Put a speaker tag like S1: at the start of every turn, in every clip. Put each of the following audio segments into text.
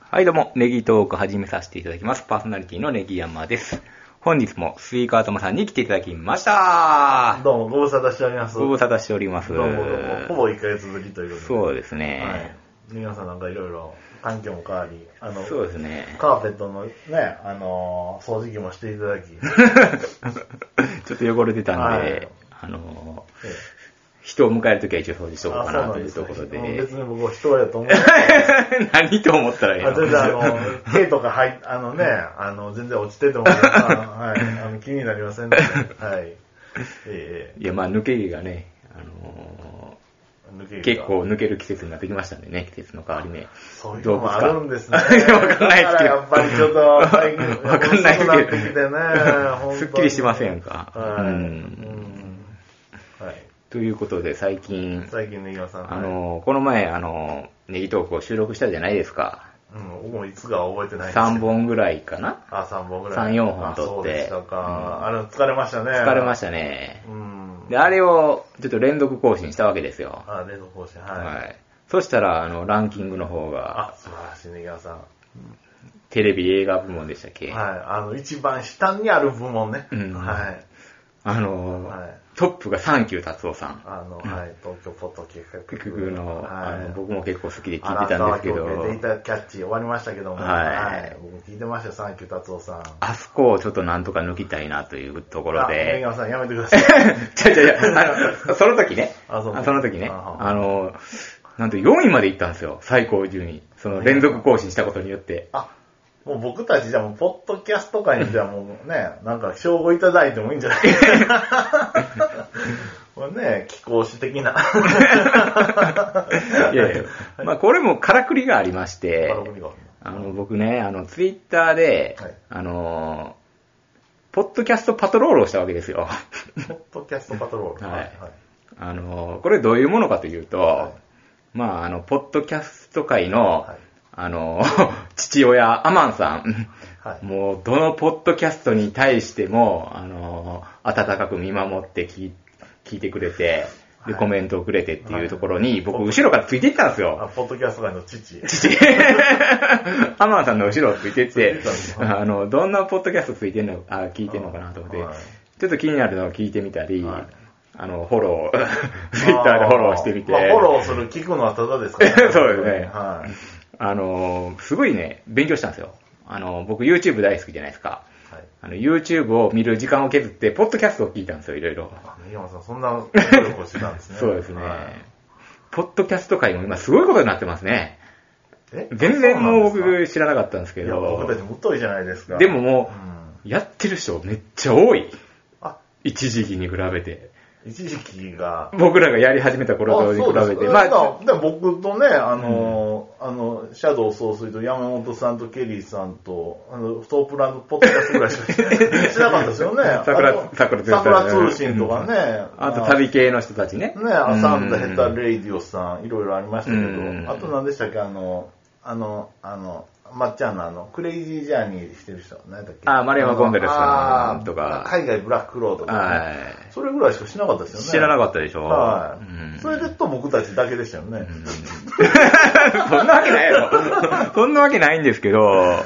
S1: はい、どうも、ネギトーク始めさせていただきます。パーソナリティのネギ山です。本日もスイカートマさんに来ていただきました。
S2: どうも、ご無沙汰しております。
S1: ご無沙汰しております。
S2: どうもどうも、ほぼ1ヶ月ぶりということで。
S1: そうです
S2: は
S1: ね
S2: い。。皆さんなんかいろいろ環境も変わり、あの、
S1: そうですね。
S2: カーペットのね、あのー、掃除機もしていただ き、
S1: ちょっと汚れてたんで、
S2: はい
S1: あのー、
S2: ええ
S1: 人を迎えるときは一応掃除しとこう
S2: あ
S1: か
S2: そう
S1: な
S2: な
S1: と
S2: ん
S1: い
S2: で
S1: う
S2: す
S1: と
S2: ね
S1: ころで。
S2: うん別に僕は人やと 思う。あ
S1: 何と思ったらいいの
S2: 全然あの、毛とか入っあのね、あの、全然落ちてても、あのはい、あの気になりませんので、はい。ええ
S1: いや、まあ、抜け毛がね、あの
S2: 抜け
S1: ー
S2: 毛
S1: 結
S2: が
S1: 構抜ける季節になってきましたんでね、季節の変わり目。
S2: そういうのもあるんですね。
S1: 動物か わかんないですけど
S2: だからやっぱりちょっと、最近、
S1: わかんないけど
S2: 遅くってきてね本当に
S1: すっきりしませんか
S2: はい。
S1: うん
S2: うんはい。
S1: ということで、最近、
S2: 最近の岩さん。
S1: あ、のーこの前、あのーネギトークを収録したじゃないですか。
S2: うん、僕もいつかは覚えてないですけど
S1: 3。本ぐらいかな
S2: あ、3本ぐらい。
S1: 三四本撮って
S2: あそうでした
S1: うん
S2: か。あれ、疲れましたね。
S1: 疲れま
S2: し
S1: したね
S2: た。。うん。
S1: で、あれを、ちょっと連続更新したわけですよ。
S2: あ、冷蔵庫して、
S1: は
S2: はい。
S1: い。そしたら、あの、ランキングの方が
S2: あ、、素晴らしいね、岩さん。はい。
S1: テレビ映画部門でしたっけ
S2: あの、一番下にある部門ね。
S1: うん
S2: はい。
S1: あのー、
S2: はい。
S1: トップがサンキュー達夫さん。
S2: あの、はい、東京ポッド計画
S1: 結局の、
S2: はい、
S1: あの、僕も結構好きで
S2: あ
S1: 聞い
S2: な
S1: てた
S2: た
S1: んで
S2: は
S1: すけど
S2: 今、日出ていたキャッチ終わりましたけども、
S1: はい
S2: 僕聞いてましたよ、サンキュー達夫さん。
S1: あそこをちょっとなんとか抜きたいなというところ
S2: あ、
S1: で、
S2: 山さんやめてください。
S1: ちゃちゃちゃ、あの、その時ね、
S2: あそう
S1: あその時ね、
S2: あ
S1: あの、なんと4位まで行ったんですよ、最高順位。その連続更新したことによ って。
S2: あ、もう僕たちじゃもう、ポッドキャスト界にじゃもうね、なんか称号いただいてもいいんじゃないか な。これね、気候史的な。
S1: いやいや、 まあこれもからくりがありまして
S2: あ、の海が
S1: あの、僕ね、あの、ツイッターで、
S2: はい
S1: あのー、ポッドキャストパトロールをしたわけですよ。
S2: ポッドキャストパトロール。
S1: はいあのー、これどういうものかというと、
S2: は
S1: まあ、あの、ポッドキャスト界の、
S2: はい
S1: あの ー、父親、アマンさん、
S2: はい
S1: もう、どのポッドキャストに対しても、あのー、温かく見守って聞い聞いてくれて、で、
S2: はい
S1: コメントをくれてっていうところに、僕、
S2: はい
S1: 後ろからついていったんですよ。
S2: あポッドキャスト界の父。
S1: アマンさんの後ろをついて って
S2: ついて、たんだ
S1: あの、どんなポッドキャストついてんの、あ、聞いてんのかなと思って、
S2: はい
S1: ちょっと気になるのを聞いてみたり、
S2: はい
S1: あの、フォロー、 ツイッターでフォローしてみて、
S2: まあフォローする、聞くのはただですから、
S1: そうですね
S2: はい。
S1: あの、すごいね、勉強したんですよ。あの、僕 YouTube 大好きじゃないですか。
S2: はい。
S1: あの、YouTube を見る時間を削って、ポッドキャストを聞いたんですよ、いろいろ。
S2: あ、根山さん、そんな努力をしてたんですね。
S1: そうですね
S2: はい。
S1: ポッドキャスト界も今すごいことになってますね。
S2: え
S1: 全然もう
S2: そうなんです
S1: 僕知らなかったんです
S2: か
S1: け
S2: いや、
S1: ど
S2: 僕た、ちも疎いじゃないですか。
S1: でもも
S2: う
S1: う、
S2: ん、
S1: やってる人めっちゃ多い。
S2: あ、
S1: 一時期に比べて。
S2: 一時期が、
S1: 僕らがやり始めた頃
S2: あ
S1: に
S2: そうです
S1: 比べて。
S2: ま
S1: ま
S2: あ、
S1: あ、
S2: だから僕とね、あの、あの、シャドウ総帥と山本さんとケリーさんと、あの、トープランドポッドキャストぐらいしかしなかったですよね。
S1: 桜
S2: あの
S1: 桜通信
S2: 桜通信とかね。
S1: あと旅系の人たちね。
S2: ね、あサンダ
S1: うん
S2: ヘタレイディオさん、いろいろありましたけ
S1: うん
S2: ど、あと何でしたっけ、あの、あの、あの、まっちゃんのあの、クレイジージャーニーしてる人、何だっけ。
S1: あ丸山ゴンザレスさん
S2: あー
S1: とか
S2: 海外ブラックロードとかね、
S1: は
S2: それぐらいしかしなかったですよ
S1: い。
S2: ね。
S1: 知らな
S2: かっ
S1: かったでしょ。
S2: はい、
S1: うん
S2: それでと僕たちだけでしたよね。
S1: そんなわけないやろ。そんなわけないんですけど、
S2: は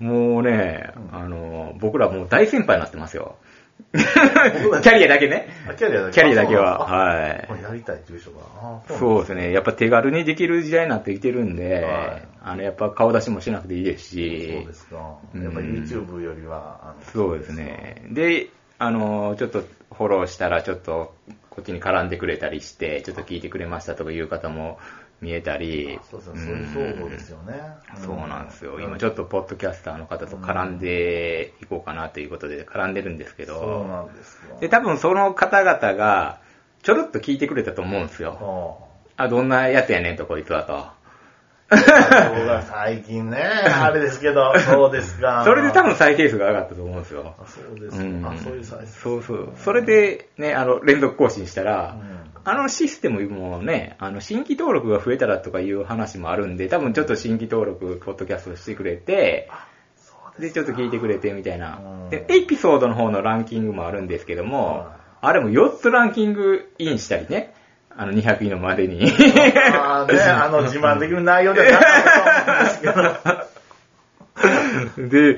S2: い
S1: もうね、あの、僕らもう大先輩になってますよ。キ
S2: 僕たち
S1: ャリアだけね。
S2: あキャリアだけ
S1: キャリアだけは。
S2: あそう
S1: はい
S2: なんですか。あやりたいっていう人が。あー
S1: そうですね。やっぱ手軽にできる時代になってきてるんで、
S2: はい
S1: あの、やっぱ顔出しもしなくていいですし、
S2: そうですか。やっぱ YouTube よりは、あの
S1: そうですね。で、あの、ちょっとフォローしたら、ちょっとこっちに絡んでくれたりして、ちょっと聞いてくれましたとかいう方も見えたり、
S2: そうですね、そういう相互ですよね。
S1: うんそうなんですよ。今
S2: ょっ
S1: ちょっとポッドキャスターの方と絡んでいこうかなということで絡んでるんですけ
S2: そう
S1: ど、
S2: なんですよ。
S1: で、多分その方々がちょろっと聞いてくれたと思うんですよ。
S2: そ
S1: あ、どんなやつやねんとこいつはと。
S2: うが最近 ね、あれですけど、そうですか。
S1: それで多分再生数が上がったと思うんですよ。
S2: あ、そうです
S1: う
S2: か。
S1: ん
S2: あ、そういうサイズ。
S1: そうそう。それで、ね、あの、連続更新した
S2: う
S1: ら、
S2: ん
S1: あのシステムもね、あの、新規登録が増えたらとかいう話もあるんで、多分ちょっと新規登録、ポッドキャストしてくれて、
S2: そう
S1: で、ちょっと聞いてくれてみたいな
S2: う。ん
S1: で、エピソードの方のランキングもあるんですけども
S2: は、
S1: あれも4つランキングインしたりね、あの、200位のまでに。
S2: です。まあね、あの自慢できる内容ではなかったと思うんですけど。
S1: で、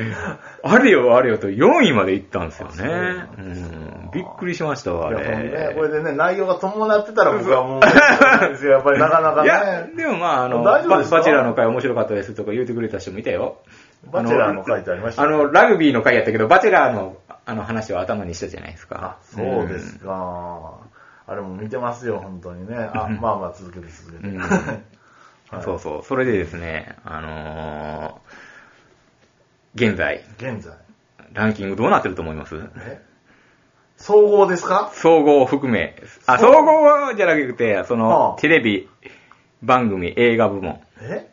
S1: あれよあれよと4位まで行ったんですよね。
S2: あそううなんですか
S1: ん、びっくりしましたわ、あ
S2: いやほんでねこ
S1: れ。
S2: れでね、内容が伴ってたら僕はもう、やっぱりなかなか
S1: いや、
S2: ね、
S1: でもまあ、あの、バ
S2: 大丈夫ですか
S1: バチェラーの会面白かったですとか言うてくれた人もいたよ。
S2: バチェラーの書いてありました
S1: あ
S2: よ
S1: の、ラグビーの回やったけど、バチェラーの、あの話を頭にしたじゃないです
S2: あ
S1: か。、
S2: そうですか。あれも見てますよ、本当にね。あ、まあまあ続けて続け
S1: う
S2: て。
S1: んうん。
S2: はい
S1: そうそう。それでですね、あのー現在、
S2: 現在。
S1: ランキングどうなってると思います
S2: え総合ですか
S1: 総合を含め、あ、
S2: そう
S1: 総合じゃなくて、その
S2: は、あ
S1: テレビ、番組、映画部門。
S2: え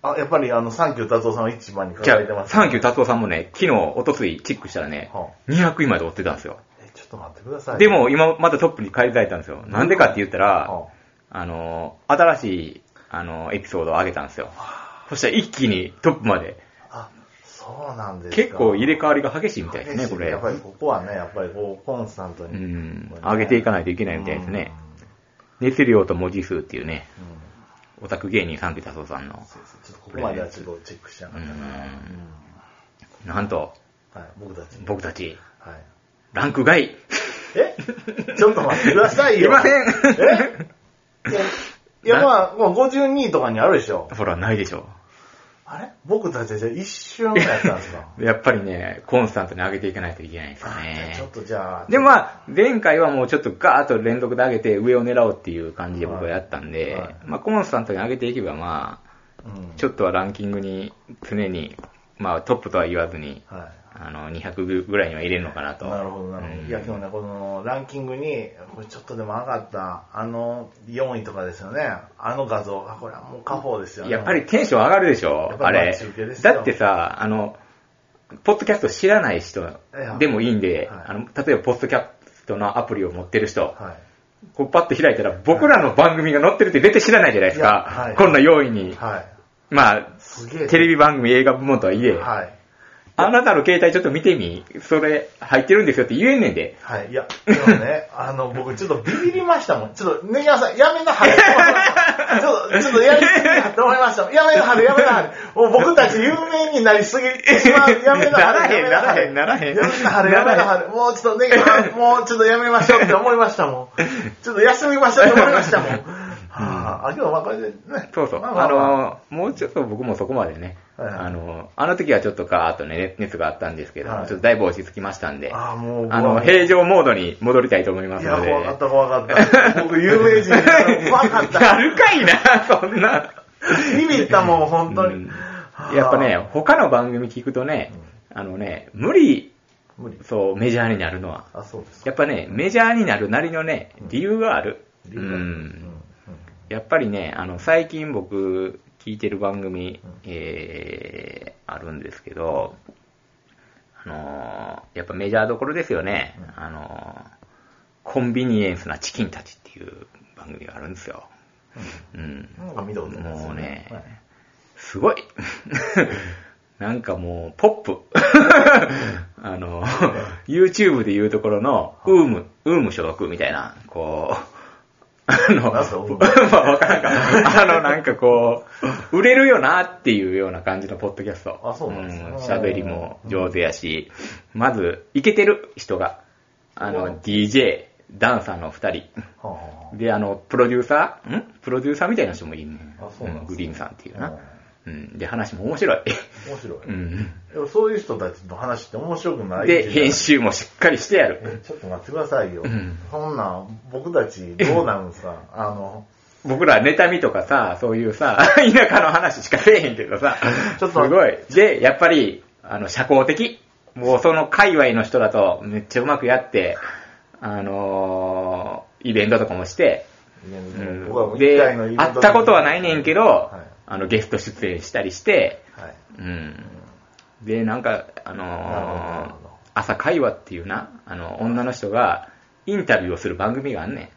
S2: あ、やっぱりあの、サンキュー達夫さんは一番に
S1: じゃ
S2: 輝いてます、
S1: サンキュー達夫さんもね、昨日、おとついチェックしたらね、
S2: は
S1: 200位まで追ってたんですよ。
S2: え、ちょっと待ってください。
S1: で、も、今、またトップに返り咲いたんですよ。なんでかって言ったら、
S2: は
S1: あの、新しい、あの、エピソードを上げたんですよ。そしたら一気にトップまで。
S2: あ、そうなんですか。
S1: 結構入れ替わりが激しいみたいですね、
S2: 激し
S1: これ。
S2: やっぱりここはね、やっぱりこう、コンスタント
S1: う
S2: に。
S1: ん
S2: これね、
S1: 上げていかないといけないみたいですね。熱量と文字数っていうね、
S2: うん。うん
S1: オタク芸人サンキュー達夫さんの、
S2: そうそうちょっとここまではちょっとチェックしなかったな。
S1: う
S2: うんん
S1: なんと、
S2: はい、僕たち。
S1: 僕たち、
S2: はい。
S1: ランク外。
S2: えちょっと待ってください
S1: い
S2: よ。
S1: ません
S2: えいやいや、まあ、もう52位とかにあるでしょ。
S1: ほら、ないでしょ。
S2: あれ僕たちじゃあ一瞬やったんですか
S1: やっぱりね、コンスタントに上げていかないといけないですよ
S2: あじ ゃあ
S1: ね
S2: ちょ。っとじゃあ。
S1: で、まあ、前回はもうちょっとガーッと連続で上げて上を狙おうっていう感じで僕はやったんで、
S2: はいはい
S1: まあ、コンスタントに上げていけば、まあ、
S2: うん、
S1: ちょっとはランキングに常に、まあ、トップとは言わずに、
S2: は。
S1: あの、200ぐらいには入れるのかないと。
S2: なるほど、なるほど。いや、今日ね、このランキングに、これちょっとでも上がった、あの、4位とかですよね。あの画像、あ、これはもう家宝ですよね。
S1: やっぱりテンション上がるでしょ
S2: やっ、ぱ
S1: あ
S2: りまあ
S1: れ
S2: 中継で。すよ
S1: だってさ、あの、ポッドキャスト知らない人でもいいんで、
S2: はい
S1: あの例えばポッドキャストのアプリを持ってる人、
S2: はい。
S1: こうパッと開いたら僕らの番組が載ってるって絶対知らないじゃないですか。
S2: いやはい
S1: こんな容易に。
S2: はい。
S1: まあ、
S2: すげえ。
S1: テレビ番組、映画部門とはいえ、
S2: はい。
S1: あなたの携帯ちょっと見てみ、それ入ってるんですよって言えんねんで。
S2: はい。いや、でもね、 あの、僕ちょっとビビりましたもん。ちょっと、ねぎらさん、やめ なはれ。ちょっと、ちょっとやりすぎだと思いましたもん。やめなはれ、やめなはれ。もう僕たち有名になりすぎてし まう。やめな
S1: な
S2: はれ。
S1: らへんならへんならへん
S2: やめなはれ、やめなはれ。もうちょっ とねぎらさん、もうちょっとやめましょうって思いましたもん。ちょっと休みましょうって思い ましたもん。はあ、あ、けどまあこれでね。
S1: そうそう。
S2: ままま
S1: あの、もうちょっと僕もそこまでね、
S2: はいはい
S1: あの、あの時はちょっとかーっとね、熱があったんですけど、
S2: はい
S1: ちょっとだいぶ落ち着きましたんで、
S2: あもう、
S1: あの、平常モードに戻りたいと思いま
S2: い
S1: す
S2: や、
S1: ので。
S2: 怖かった、怖か った。僕、有名人に怖かった。
S1: や るかいな、そんな。
S2: ビビったもん、本当
S1: うん
S2: に。
S1: やっぱね、他の番組聞くとね、あのね、無理、
S2: 無理。
S1: そう、メジャーになるのは。
S2: あ、そうですか。
S1: やっぱね、メジャーになるなりのね、理由がある。
S2: 理
S1: う
S2: 由がある
S1: ん。やっぱりね、あの、最近僕、聞いてる番組、えー、あるんですけど、あのーやっぱメジャーどころですよね。あのーコンビニエンスなチキンたちっていう番組があるんですよ。うん。
S2: うんなんか見たことないです
S1: もうね
S2: はい
S1: すごい なんかもう、ポップ あの、YouTube で言うところの、ウーム、ウーム所属みたいな、こう、あの、
S2: なんすかウーム
S1: まあわからんか。あの、なんかこう、売れるよなっていうような感じのポッドキャスト。
S2: あそうなんですね
S1: 喋りも上手やし、まず、イケてる人が、あの、DJ、ダンサーの二人。
S2: はあは
S1: で、あの、プロデューサーんプロデューサーみたいな人もいるね。
S2: あそうなんです
S1: グ
S2: ね
S1: リーンさんっていう
S2: あ
S1: な。うん。で、話も面白 い。
S2: 面白い。
S1: うん。
S2: でもそういう人たちの話って面白くない
S1: で、編。集もしっかりしてやる。
S2: えちょっと待ってくださいよ
S1: ん。
S2: そんなん、僕たちどうなるんですかあの、
S1: 僕ら妬みとかさ、そういうさ、 田舎の話しかせえへんけどさ、
S2: ちょっと
S1: すごい。で、やっぱり、あの、社交的。もうその界隈の人だとめっちゃうまくやって、あのーイベントとかもして、
S2: イベント
S1: う
S2: で
S1: ん
S2: 僕はもう一
S1: で、
S2: 回のイベ
S1: 会
S2: ン
S1: っ
S2: トで
S1: たことはないねんけど、
S2: は
S1: あの、ゲスト出演したりして、
S2: い。はい。
S1: うん。で、なんか、あ
S2: なるほどなる
S1: のー
S2: ほど
S1: 朝会話っていうな、あの、女の人がインタビューをする番組があんね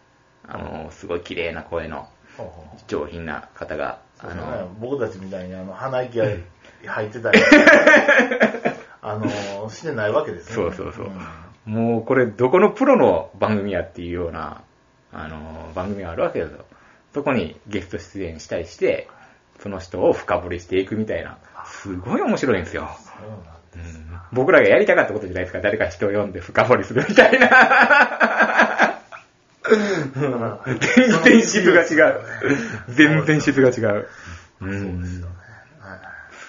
S1: ん。あのーすごい綺麗な声の
S2: ほうほう
S1: 上品な方が、
S2: そう
S1: あ
S2: ですね
S1: の、
S2: 僕たちみたいにあの鼻息が入ってたり、 あの、してないわけですね。
S1: そうそうそうんもうこれどこのプロの番組やっていうような、あのー番組があるわけですよ。そこにゲスト出演したりして、その人を深掘りしていくみたいな、すごい面白いんですよ。
S2: そうなんだ
S1: うん僕らがやりたかったことじゃないですか。誰か人を呼んで深掘りするみたいな。
S2: うん
S1: 全然質が違う。全然質が違う。う
S2: そうんですよね。はい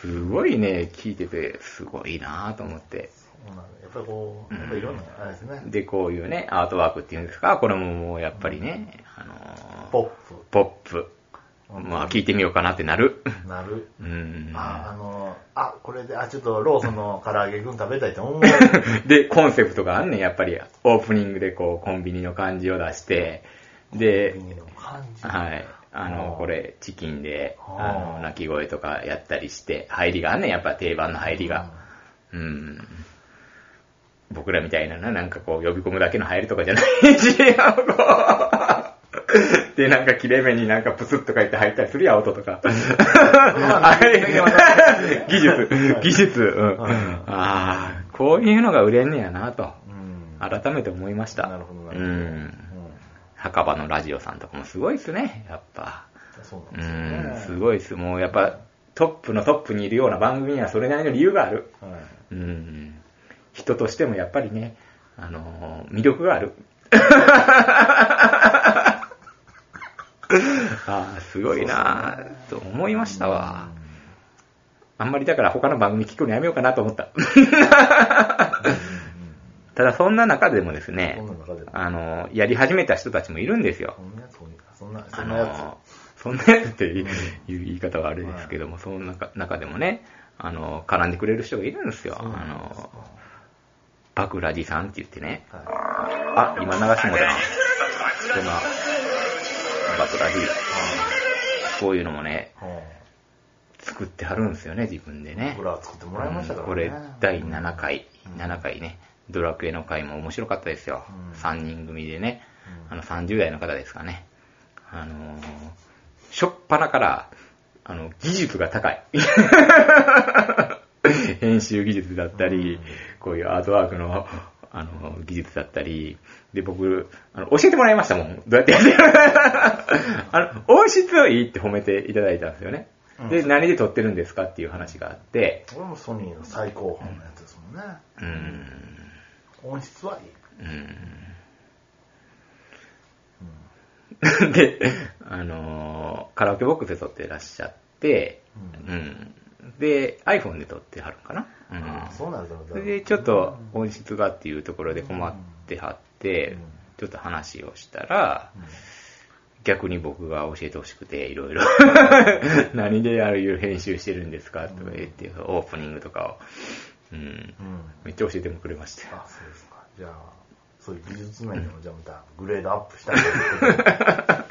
S1: すごいね、聞いてて、すごいなぁと思って。
S2: そうなんだやっぱりこう、やっぱりいろんな、あれですね。
S1: で、こういうね、アートワークっていうんですか、これももうやっぱりね、あのー
S2: ポップ。
S1: ポップ。まあ、聞いてみようかなってなる。
S2: なる。
S1: うん。
S2: あ、あの、あ、これで、あ、ちょっとローソンの唐揚げ軍食べたいって思う。
S1: で、コンセプトがあんねん、やっぱり。オープニングでこう、コンビニの感じを出して、で、
S2: 感じ。
S1: はい。あの、
S2: あー
S1: これ、チキンで、あ
S2: あー
S1: の、鳴き声とかやったりして、入りがあんねん、やっぱ定番の入りが。うん。僕らみたいなな、なんかこう、呼び込むだけの入りとかじゃないし、あのこうで、なんか切れ目になんかプスッとか言って入ったりするやん、音とか。あれ技術、技術、うん。
S2: はい
S1: ああー、こういうのが売れんねやなと、
S2: うん。
S1: 改めて思いました。
S2: なるほどな
S1: う
S2: るほど
S1: ん。
S2: うん
S1: 墓場のラジオさんとかもすごいっすね、やっぱ。
S2: そうなん
S1: う
S2: ですよね
S1: ん、。すごいっす。もうやっぱ、トップのトップにいるような番組にはそれなりの理由がある。
S2: は
S1: う
S2: い。
S1: ん。人としてもやっぱりね、あのー魅力がある。 ああ、すごいなあと思いましたわ。あんまりだから他の番組聞くのやめようかなと思った。ただそんな中でもですね
S2: そん、な中でも。
S1: あのーやり始めた人たちもいるんですよ
S2: そ。んなやつ、そんな、
S1: あ
S2: そんなや
S1: の、そんなやつっていう言い方はあれですけども、その中中でもね、あの、絡んでくれる人がいるんですよ。
S2: つ。
S1: あの、バクラジさんって言ってね。
S2: は
S1: あ、今流してもだな。今、バクラジ、こういうのもね、
S2: い。はい
S1: 作ってはるんですよね、自分でね
S2: 僕。らは作ってもらいましたからね。
S1: これ、第7回
S2: う、ん
S1: 7回ね、ドラクエの回も面白かったですよ。
S2: うん
S1: 3人組でね。
S2: う
S1: あ
S2: ん。
S1: の、30代の方ですかね。あのー、しょっぱなから、あの、技術が高い。 編集技術だったり、
S2: うん
S1: こういうアートワークの、あの、技術だったり、で、僕、あの、教えてもらいましたもん。どうやってや ってるあの、音質はいいって褒めていただいたんですよね。で、
S2: うん
S1: 何で撮ってるんですかっていう話があって、
S2: これもソニーの最高峰のやつですもんね。
S1: うーん、
S2: 音質はい
S1: う
S2: い。
S1: ーん、
S2: う。
S1: で、あのーカラオケボックスで撮ってらっしゃって、うん。で、iPhone で撮ってはるんかな。うん
S2: ああ
S1: ん。
S2: そうなんだろう
S1: それで、ちょっと音質がっていうところで困ってはって、ちょっと話をしたら、逆に僕が教えてほしくて、いろいろ。 何でああいう編集してるんですかとか言って、オープニングとかを。うん。
S2: うん。うん
S1: めっちゃ教えてもくれましたよ。
S2: あ、そうですか。じゃあ、そういう技術面でも、じゃあまたグレードアップしたいとい うことで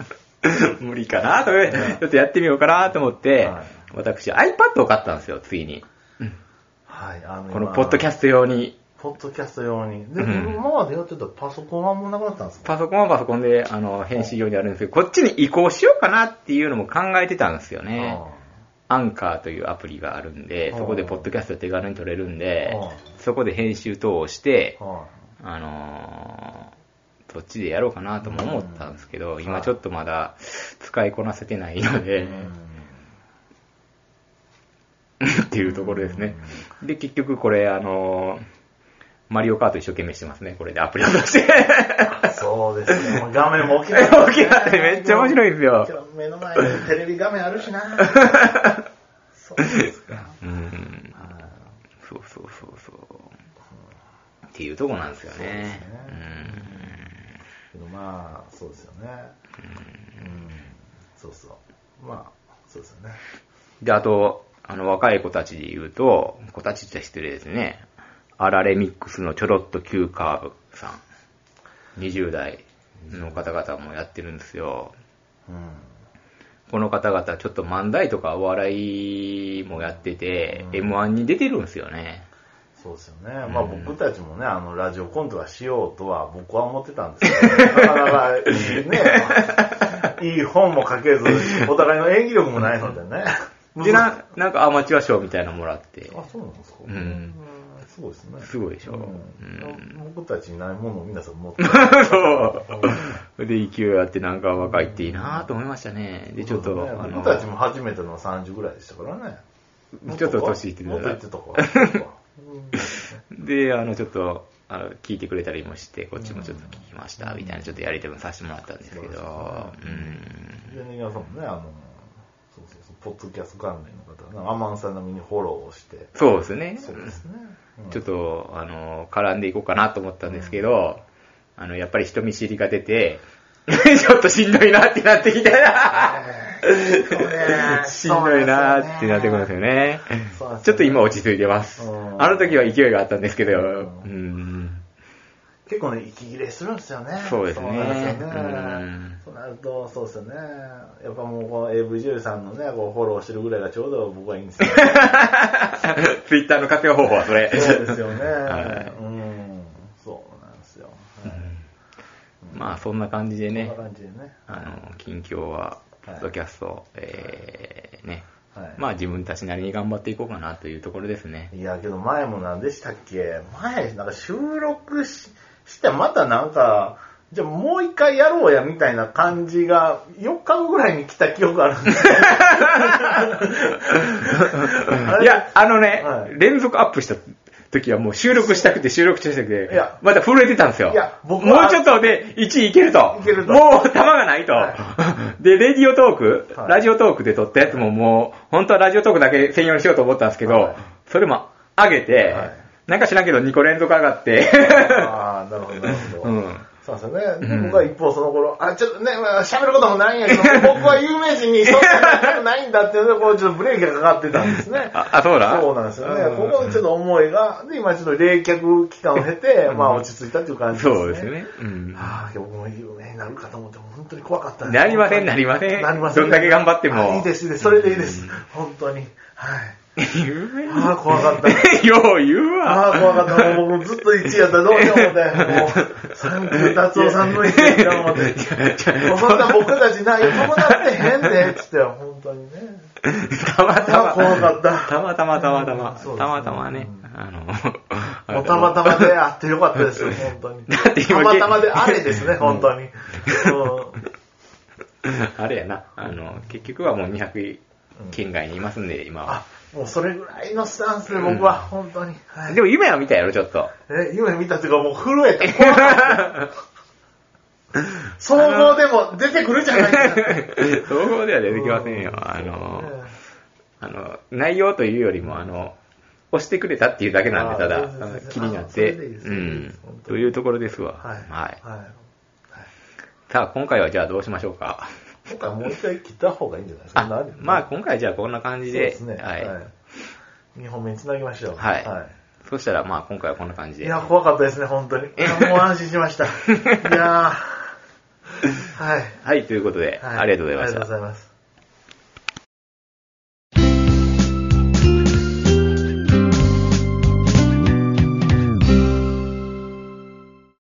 S1: 無理かなとか、ちょっとやってみようかなと思って
S2: はい、
S1: 私 iPad を買ったんですよ、ついに。
S2: はい、あの
S1: このポッドキャ
S2: スト。
S1: スト用に。
S2: ポッドキャスト用に。で、
S1: うん
S2: 今までやってたパソコンはもうなくなったんですか
S1: パソコンはパソコンで、あの、編集用にあるんですけど、こっちに移行しようかなっていうのも考えてたんですよね。アンカーというアプリがあるんで、
S2: うん
S1: そこでポッドキャスト手軽に撮れるんで
S2: う、
S1: そこで編集等をして
S2: あ、あは
S1: あのーそっちでやろうかなとも思ったんですけど、
S2: うん
S1: 今ちょっとまだ使いこなせてないの
S2: い
S1: で、っていうところですね。で、結局これ、あのーマリオカート一生懸命してますね、これでアプリを出して。
S2: そうですね。もう画面も大きな
S1: 大きなめっちゃ面白いですよ。
S2: 今日目の前にテレビ画面ある しな。そうですか。
S1: うん
S2: はい
S1: そうそうそうそう。っていうとこなんですよね。
S2: そうですけどまあ、そうですよね。うん。そうそう。まあ、そうですよね。
S1: うん。で、あと、あの、若い子たちで言うと、子たちって失礼ですね。アラレミックスのちょろっと急カーブさん。20代の方々もやってるんですよ。
S2: うん。
S1: この方々、ちょっと漫才とかお笑いもやってて、
S2: うん
S1: M1 に出てるんですよね。
S2: そうですよね。まあ
S1: うん
S2: 僕たちもね、あの、ラジオコントはしようとは僕は思ってたんですけど、 なかなかいいね、いい本も書けず、お互いの演技力もない のでね。
S1: で、な、なんかアマチュア賞みたいなのもらって。
S2: あ、そうなんですか
S1: うん
S2: そうですね。
S1: すごいでしょ
S2: うん
S1: うん
S2: 僕たちにないものを皆さん持ってる。
S1: そう。で、勢いあってなんか若いっていいなと思いましたね。 で、ちょっと、
S2: そうですね
S1: あの
S2: 僕、たちも初めての30ぐらいでしたからね。
S1: ちょっと年いって
S2: もっと言って
S1: た。
S2: た か。うん
S1: で、あの、ちょっと、あの聞いてくれたりもして、こっちもちょっと聞きました、みたいな、ちょっとやり取りもさせてもらったんですけど、うん。
S2: で、ネギワさんもね、あの、そうそうそう、ポッドキャスト関連の方がね、アマンさん並みにフォローをして、
S1: そうですね。
S2: そうですね。
S1: ち ょっと、あの、絡んでいこうかなと思ったんですけど、あの、やっぱり人見知りが出て、 ちょっとしんどいなってなってきたら、 しんどいなってなってくるんですよね
S2: そうなんですよね。
S1: ちょっと今落ち着いてます。
S2: うん
S1: あの時は勢いがあったんですけど、
S2: うん
S1: うん
S2: 結構ね、息切れするんですよね。
S1: そうですね
S2: なるんですよね
S1: うん
S2: そうなると、そうですよね。やっぱもう、この AV 女優さんのね、こうフォローしてるぐらいがちょうど僕はいい んですよ。
S1: ツイッターの活用方法はそれ。
S2: そうですよね。
S1: はい
S2: うん。そうなんですよ。
S1: う
S2: はい
S1: んまあ、そんな感じでね
S2: こん、な感じでね。
S1: あの、近況は、ポッドキャスト、えー、ね、
S2: はい。
S1: まあ自分たちなりに頑張っていこうかなというところですね。
S2: いや、けど前も何でしたっけ前、なんか収録しして、またなんか、じゃあもう一回やろうやみたいな感じが、4日後ぐらいに来た記憶があるんです よ。あれ
S1: いや、あのね、
S2: はい
S1: 連続アップした時はもう収録したくて収録したく
S2: い
S1: て
S2: や、
S1: また震えてたんですよ。
S2: いや僕は
S1: もうちょっとで1位いけると。
S2: いけると
S1: もう弾がないと。で、レディオトーク、
S2: はい
S1: ラジオトークで撮ったやつももう、本当はラジオトークだけ専用にしようと思ったんですけど、
S2: はい
S1: それも上げて、
S2: はい
S1: なんか知らんけど2個連続上がって、
S2: ああ、なるほど、なるほど。
S1: うん
S2: そうなんですよね。で僕は一方その頃、あ、ちょっとね、まあ喋ることもないんやけど、僕は有名人にそんなことないんだっていうので、こう、ちょっとブレーキがかかってたんですね。
S1: ああそうだ
S2: そうなんですよね。
S1: うん
S2: ここにちょっと思いが、で、今ちょっと冷却期間を経て、まあ落ち着いたっていう感じですね。
S1: そうですね。うん
S2: はあ、僕も有名になるかと思って、本当に怖かったです
S1: なりませんなりません
S2: なりません。
S1: どんだけ頑張っても
S2: あいいです、いいです。それでいいです。本当に。はい。
S1: 有名人
S2: ああ、怖かった。
S1: よう言う わ。
S2: ああ、怖かった。もう僕ずっと1位やったらどうしよう 思って。もう、サンキュー達夫さんの1位や思って。 もうそんな僕たちない、友達って変で、つって、本当にね。
S1: たまたま。
S2: あ怖かった
S1: たまたまたまた
S2: うん
S1: ま。
S2: そうですね
S1: たまたまね
S2: う。
S1: あの、
S2: もうたまたまであってよかったですよ、本当に。
S1: だって
S2: た
S1: 今
S2: またまであれですね、本当に。
S1: あれやな。あの、結局はもう200位県外にいますんで、今は
S2: あ。、もうそれぐらいのスタンスで僕は、本当に。はい
S1: でも夢は見たやろ、ちょっと。
S2: え、夢見たというかもう震えた。怖かった想像でも出てくるじゃないです か。
S1: 総合では出てきませんよ。あの、あの、内容というよりも、あの、押してくれたっていうだけなんで、た
S2: あー全然
S1: だ
S2: 全、然
S1: 気になっ
S2: あ
S1: て、
S2: それでいいで
S1: う
S2: すそれでいいで
S1: ん
S2: す本当に
S1: というところですわ。
S2: は
S1: は
S2: い。
S1: い。
S2: はい
S1: さあ、今回はじゃあどうしましょうか。
S2: 今回もう一回切った方がいいんじゃないですか。
S1: あ、まあ、今回じゃあこんな感
S2: そう
S1: じ
S2: で
S1: で、
S2: すね。
S1: はい。
S2: 2本目につなぎましょう。
S1: はいそしたら、まあ、今回はこんな感じ
S2: い
S1: で。
S2: や、怖かったですね、本当に。いやもう安心しました。いやーはい。
S1: はい、ということで、
S2: はい
S1: ありがとうございまし
S2: ありがとう
S1: た
S2: ご。ざいます。